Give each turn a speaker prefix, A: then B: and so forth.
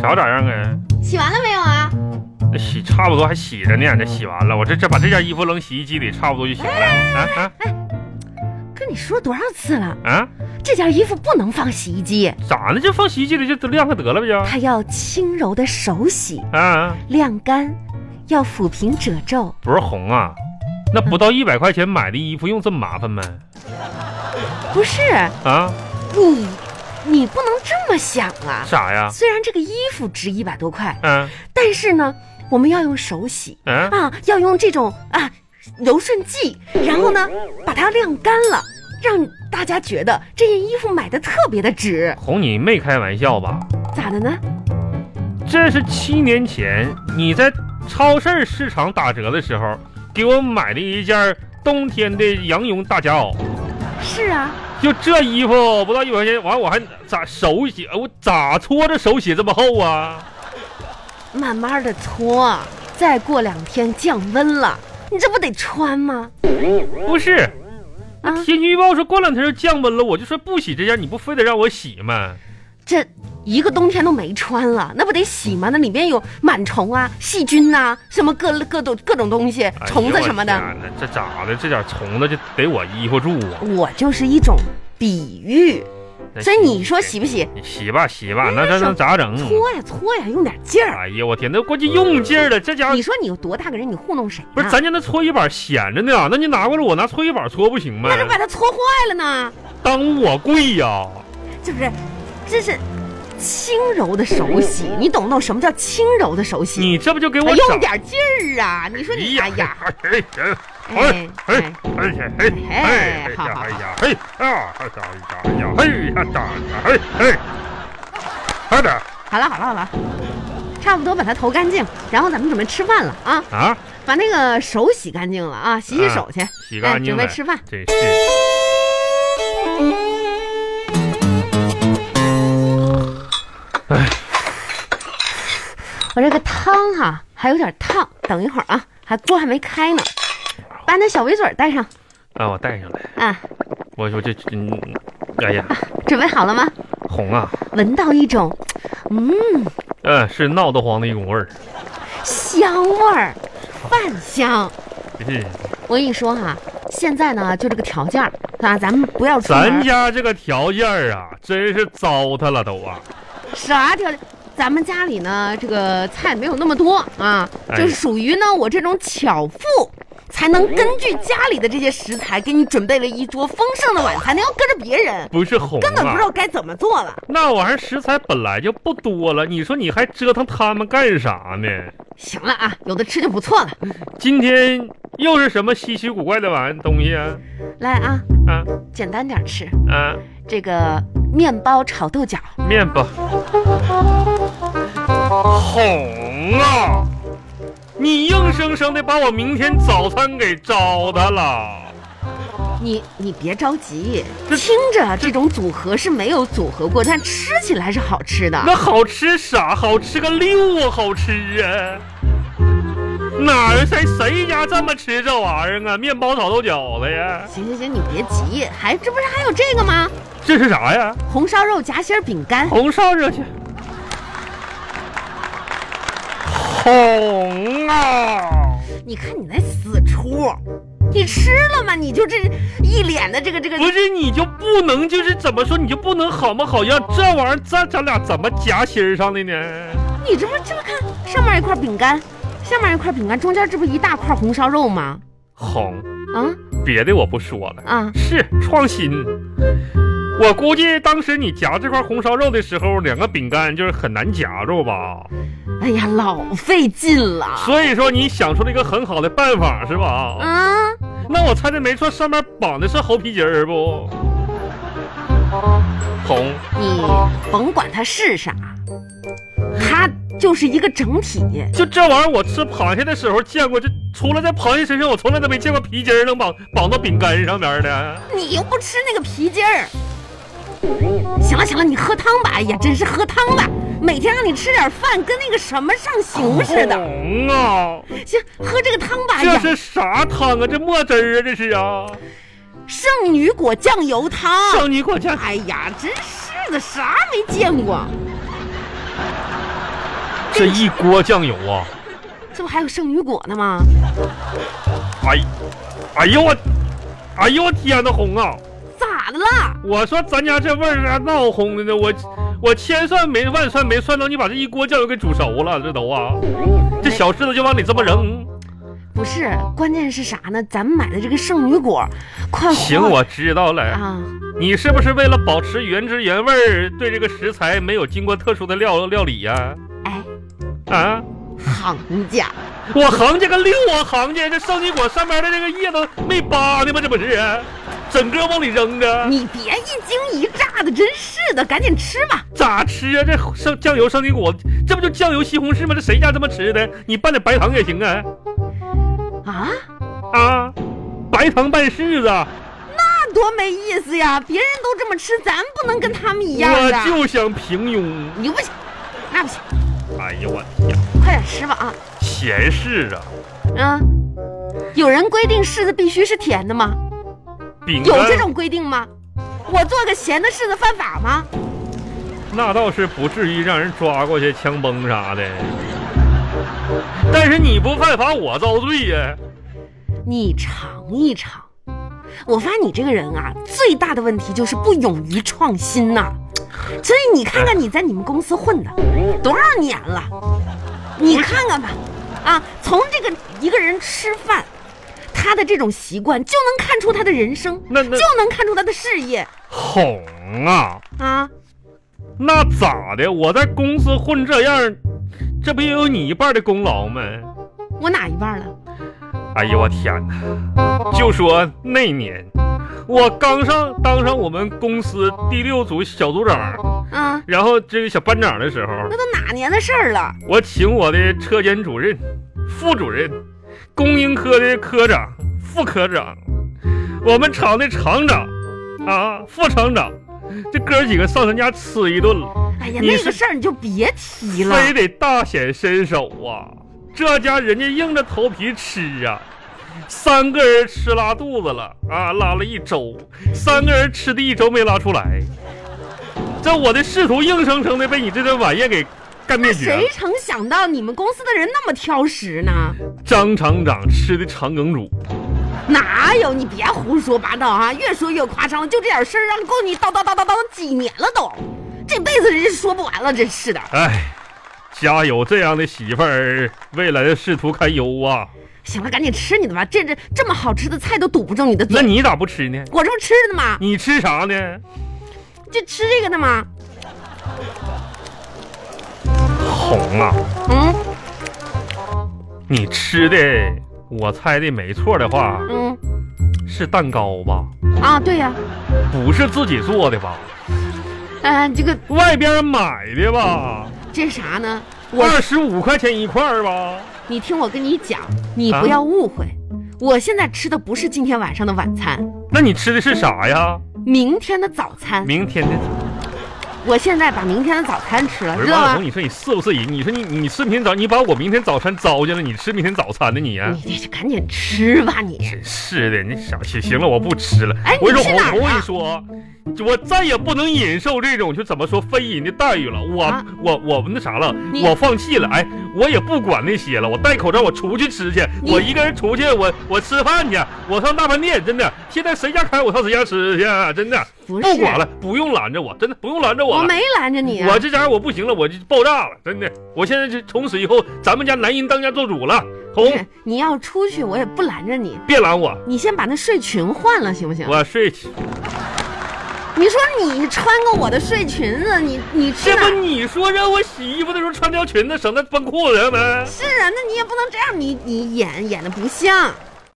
A: 瓢咋样啊？
B: 啊洗完了没有啊？
A: 那洗差不多还洗着呢，这洗完了，我这这把这件衣服扔洗衣机里，差不多就行了。啊
B: 跟你说多少次了，
A: 啊啊！
B: 这件衣服不能放洗衣机，
A: 咋的？就放洗衣机里就晾开得了呗就。
B: 它要轻柔的手洗
A: 啊啊，
B: 晾干，要抚平褶皱。
A: 不是红啊，那不到一百块钱买的衣服用这么麻烦吗？
B: 不是
A: 啊，
B: 你，你不能这么想啊！
A: 啥呀？
B: 虽然这个衣服值一百多块，
A: 嗯
B: 但是呢，我们要用手洗
A: 嗯，
B: 啊，要用这种啊柔顺剂，然后呢，把它晾干了，让大家觉得这件衣服买的特别的值。
A: 红你没开玩笑吧？
B: 咋的呢？
A: 这是七年前你在超市市场打折的时候给我买的一件冬天的羊绒大夹袄，
B: 是啊，
A: 就这衣服不到一百块钱，完我还咋手洗？哎我咋搓着手洗这么厚啊？
B: 慢慢的搓，再过两天降温了，你这不得穿吗？
A: 不是，
B: 啊，
A: 天气预报说过两天就降温了，我就说不洗这件，你不非得让我洗吗？
B: 这一个冬天都没穿了，那不得洗吗？那里面有螨虫啊、细菌呐、什么各各种各种东西、虫子什么的。
A: 哎呦我天哪这咋的？这点虫子就得我依附住啊！哎
B: 我就是一种比喻，所以你说洗不洗？哎
A: 你洗吧洗吧，那这能咋整？
B: 搓呀搓呀，用点劲儿。
A: 哎呀，我天，那关键用劲儿了，这家伙
B: 你说你有多大个人，你糊弄谁呢？
A: 嗯不是咱家那搓衣板闲着呢，那你拿过来我拿搓衣板搓不行吗
B: 那？就把它搓坏了呢，
A: 当我贵呀、
B: 是不是？这是轻柔的手洗，你懂不懂什么叫轻柔的手洗？
A: 你这不就给我
B: 哎
A: 整
B: 用点劲儿啊！你说你哎呀，，
A: 哎呀，哎哎哎哎哎哎呀哎呀哎呀哎呀哎呀哎呀哎呀哎哎，快点
B: 好了好了好了，差不多把它投干净，然后咱们准备吃饭了啊！
A: 啊！
B: 把那个手洗干净了啊，洗洗手去，
A: 洗干净
B: 哎，准备吃饭。
A: 真是
B: 我这个汤哈、还有点烫，等一会儿啊，还锅还没开呢，把那小围嘴儿带上
A: 啊！我带上来，
B: 啊，
A: 我我这嗯，哎呀，
B: 准备好了吗？
A: 红啊，
B: 闻到一种，嗯，
A: 嗯，是闹得慌的一股味儿，
B: 香味儿，饭香。
A: 是。
B: 我跟你说哈、现在呢就这个条件儿啊，咱们不要出
A: 咱
B: 门。
A: 家这个条件儿啊，真是糟蹋了都啊！
B: 啥条件？咱们家里呢这个菜没有那么多啊，
A: 哎
B: 就是属于呢我这种巧妇。才能根据家里的这些食材给你准备了一桌丰盛的晚餐，那要跟着别人，
A: 不是红
B: 根本不知
A: 啊，
B: 道该怎么做了。
A: 那玩意儿食材本来就不多了，你说你还折腾他们干啥呢？
B: 行了啊，有的吃就不错了。
A: 今天又是什么稀奇古怪的玩意儿东西啊？
B: 来啊，
A: 啊
B: 简单点吃，
A: 啊，
B: 这个面包炒豆角，
A: 面包，红啊！你硬生生的把我明天早餐给糟蹋了。
B: 你你别着急，
A: 这
B: 听着这种组合是没有组合过，但吃起来是好吃的。
A: 那好吃啥？好吃个六啊！好吃啊！哪儿谁谁家这么吃这玩意儿啊？面包炒豆角子呀？
B: 行行行，你别急，还这不是还有这个吗？
A: 这是啥呀？
B: 红烧肉夹心儿饼干，
A: 红烧热去。红啊！
B: 你看你那死出，你吃了吗？你就这一脸的这个这个
A: 不，是你就不能就是怎么说你就不能好模好样？这玩意儿咱咱俩怎么夹心儿上的呢？
B: 你这不这不看上面一块饼干，下面一块饼干，中间这不一大块红烧肉吗？
A: 红，
B: 啊
A: 别的我不说了。
B: 啊，
A: 是创新。我估计当时你夹这块红烧肉的时候，两个饼干就是很难夹住吧？
B: 哎呀，老费劲了。
A: 所以说你想出了一个很好的办法是吧？
B: 啊，
A: 那我猜的没错，上面绑的是猴皮筋儿不？红，
B: 你甭管它是啥，它就是一个整体。
A: 就这玩意儿，我吃螃蟹的时候见过，这除了在螃蟹身上，我从来都没见过皮筋儿能绑绑到饼干上面的。
B: 你又不吃那个皮筋儿。行了行了，你喝汤吧。哎呀，真是喝汤吧。每天让你吃点饭，跟那个什么上刑似的。
A: 红啊，
B: 行，喝这个汤吧。哎
A: 这嗯
B: 呀，
A: 是啥汤啊？这墨汁儿啊，这是啊？
B: 圣女果酱油汤。哎
A: 圣女果酱。
B: 哎呀，真是的，啥没见过。
A: 这一锅酱油啊！
B: 这不还有圣女果呢吗？
A: 哎，哎呦我，哎呦我天呐，红啊！
B: 咋的啦？
A: 我说咱家这味儿咋闹哄的呢？我我千算没万算没算到你把这一锅酱油给煮熟了，这都啊，这小柿子就往里这么扔。
B: 不是，关键是啥呢？咱们买的这个圣女果，快
A: 行，我知道了。
B: 哦啊，
A: 你是不是为了保持原汁原味儿，对这个食材没有经过特殊的料料理呀、
B: 哎，
A: 啊？啊，
B: 行家，
A: 我行家个六啊，行家！这圣女果上面的这个叶子没扒呢吗？这不是，啊整个往里扔啊着，
B: 你别一惊一乍的，真是的，赶紧吃吧。
A: 咋吃啊？这圣酱油圣女果，这不就酱油西红柿吗？这谁家这么吃的？你拌点白糖也行啊。
B: 啊，
A: 啊，白糖拌柿子，
B: 那多没意思呀！别人都这么吃，咱不能跟他们一样啊
A: 我
B: 的。
A: 就想平庸。
B: 你不行，那不行，
A: 哎呦我天，
B: 快点吃吧啊！
A: 咸柿啊，
B: 嗯，有人规定柿子必须是甜的吗？
A: 饼
B: 有
A: 干
B: 这种规定吗？我做个咸的柿子犯法吗？
A: 那倒是不至于让人抓过去枪崩啥的。但是你不犯法，我遭罪呀、
B: 你尝一尝。我发现你这个人啊，最大的问题就是不勇于创新呐、所以你看看你在你们公司混的多少年了，你看看吧，啊，从这个一个人吃饭，他的这种习惯就能看出他的人生，
A: 那那
B: 就能看出他的事业
A: 哄啊，
B: 啊。
A: 那咋的？我在公司混这样，这不也有你一半的功劳吗？
B: 我哪一半了？
A: 哎呦我天哪！就说那年，我刚上当上我们公司第六组小组长，
B: 啊，
A: 然后这个小班长的时候，
B: 那都哪年的事儿了？
A: 我请我的车间主任、副主任、供应科的科长、副科长，我们厂的厂长啊、副厂长，这哥几个上咱家吃一顿了。
B: 哎呀，
A: 你
B: 那
A: 是
B: 个事儿你就别提了。
A: 非得大显身手啊！这家人家硬着头皮吃啊，三个人吃拉肚子了啊，拉了一周，三个人吃的一周没拉出来。这我的仕途硬生生的被你这顿晚宴给干灭
B: 那
A: 绝了
B: 谁。成想到你们公司的人那么挑食呢？
A: 张厂长吃的肠梗阻，
B: 哪有你别胡说八道啊！越说越夸张了，就这点事儿让够你叨叨叨叨叨几年了都，这辈子真是说不完了，真是的。
A: 哎，家有这样的媳妇儿，未来的仕途堪忧啊！
B: 行了，赶紧吃你的吧，这这这么好吃的菜都堵不住你的
A: 那
B: 嘴。
A: 你咋不吃呢？
B: 我这不吃的吗？
A: 你吃啥呢？
B: 就吃这个的吗？
A: 红啊！
B: 嗯
A: 你吃的，我猜的没错的话，
B: 嗯
A: 是蛋糕吧？
B: 啊，对呀、
A: 不是自己做的吧？
B: 哎、这个
A: 外边买的吧？
B: 这啥呢？我
A: 二十五块钱一块儿吧？
B: 你听我跟你讲，你
A: 啊
B: 不要误会，我现在吃的不是今天晚上的晚餐，
A: 那你吃的是啥呀？
B: 明天的早餐。
A: 明天的
B: 我现在把明天的早餐吃了，
A: 不
B: 知
A: 是
B: 道
A: 王
B: 吗
A: 总，？你说你是不是人？你说你你吃明天早，你把我明天早餐糟践了，你吃明天早餐呢？你啊呀、
B: 你这赶紧吃吧你。
A: 真是的，你想行行了，我不吃了。
B: 嗯哎
A: 我跟你
B: 你
A: 说
B: 去哪儿
A: 红，我跟
B: 啊
A: 你说，我再也不能忍受这种就怎么说非人的待遇了。我、
B: 啊
A: 我我那啥了，
B: 你
A: 我放弃了。哎，我也不管那些了，我戴口罩，我出去吃去，
B: 你
A: 我一个人出去，我我吃饭去，我上大饭店，真的。现在谁家开我上谁家吃去，啊真的
B: 不是，
A: 不管了，不用拦着我，真的不用拦着我
B: 我
A: 了。
B: 没嗯拦着你啊。
A: 我这家我不行了，我就爆炸了，真的。我现在就从此以后，咱们家男人当家做主了。
B: 不
A: 红，
B: 是，你要出去我也不拦着你，
A: 别拦我，
B: 你先把那睡裙换了行不行？
A: 我睡去。
B: 你说你穿个我的睡裙子，你你去
A: 这
B: 哪
A: 不
B: 儿？
A: 你说让我洗衣服的时候穿条裙子，省得崩裤子吗？
B: 是啊，那你也不能这样，你你演演的不像。